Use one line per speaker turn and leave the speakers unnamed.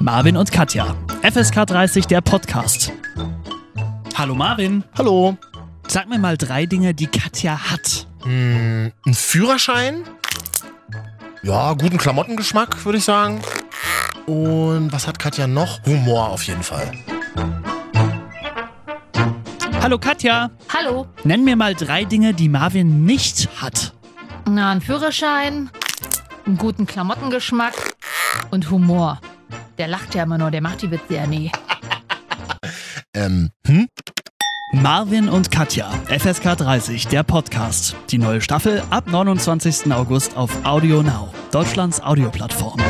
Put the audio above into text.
Marvin und Katja. FSK 30, der Podcast. Hallo Marvin,
Hallo.
sag mir mal drei Dinge, die Katja hat.
Hm, ein Führerschein? Ja, guten Klamottengeschmack, würde ich sagen. Und was hat Katja noch? Humor auf jeden Fall.
Hallo Katja,
Hallo.
nenn mir mal drei Dinge, die Marvin nicht hat.
Na, ein Führerschein, einen guten Klamottengeschmack und Humor. Der lacht ja immer nur, der macht die Witze ja nie.
Ähm, hm?
Marvin und Katja, FSK 30, der Podcast. Die neue Staffel ab 29. August auf Audio Now, Deutschlands Audioplattform.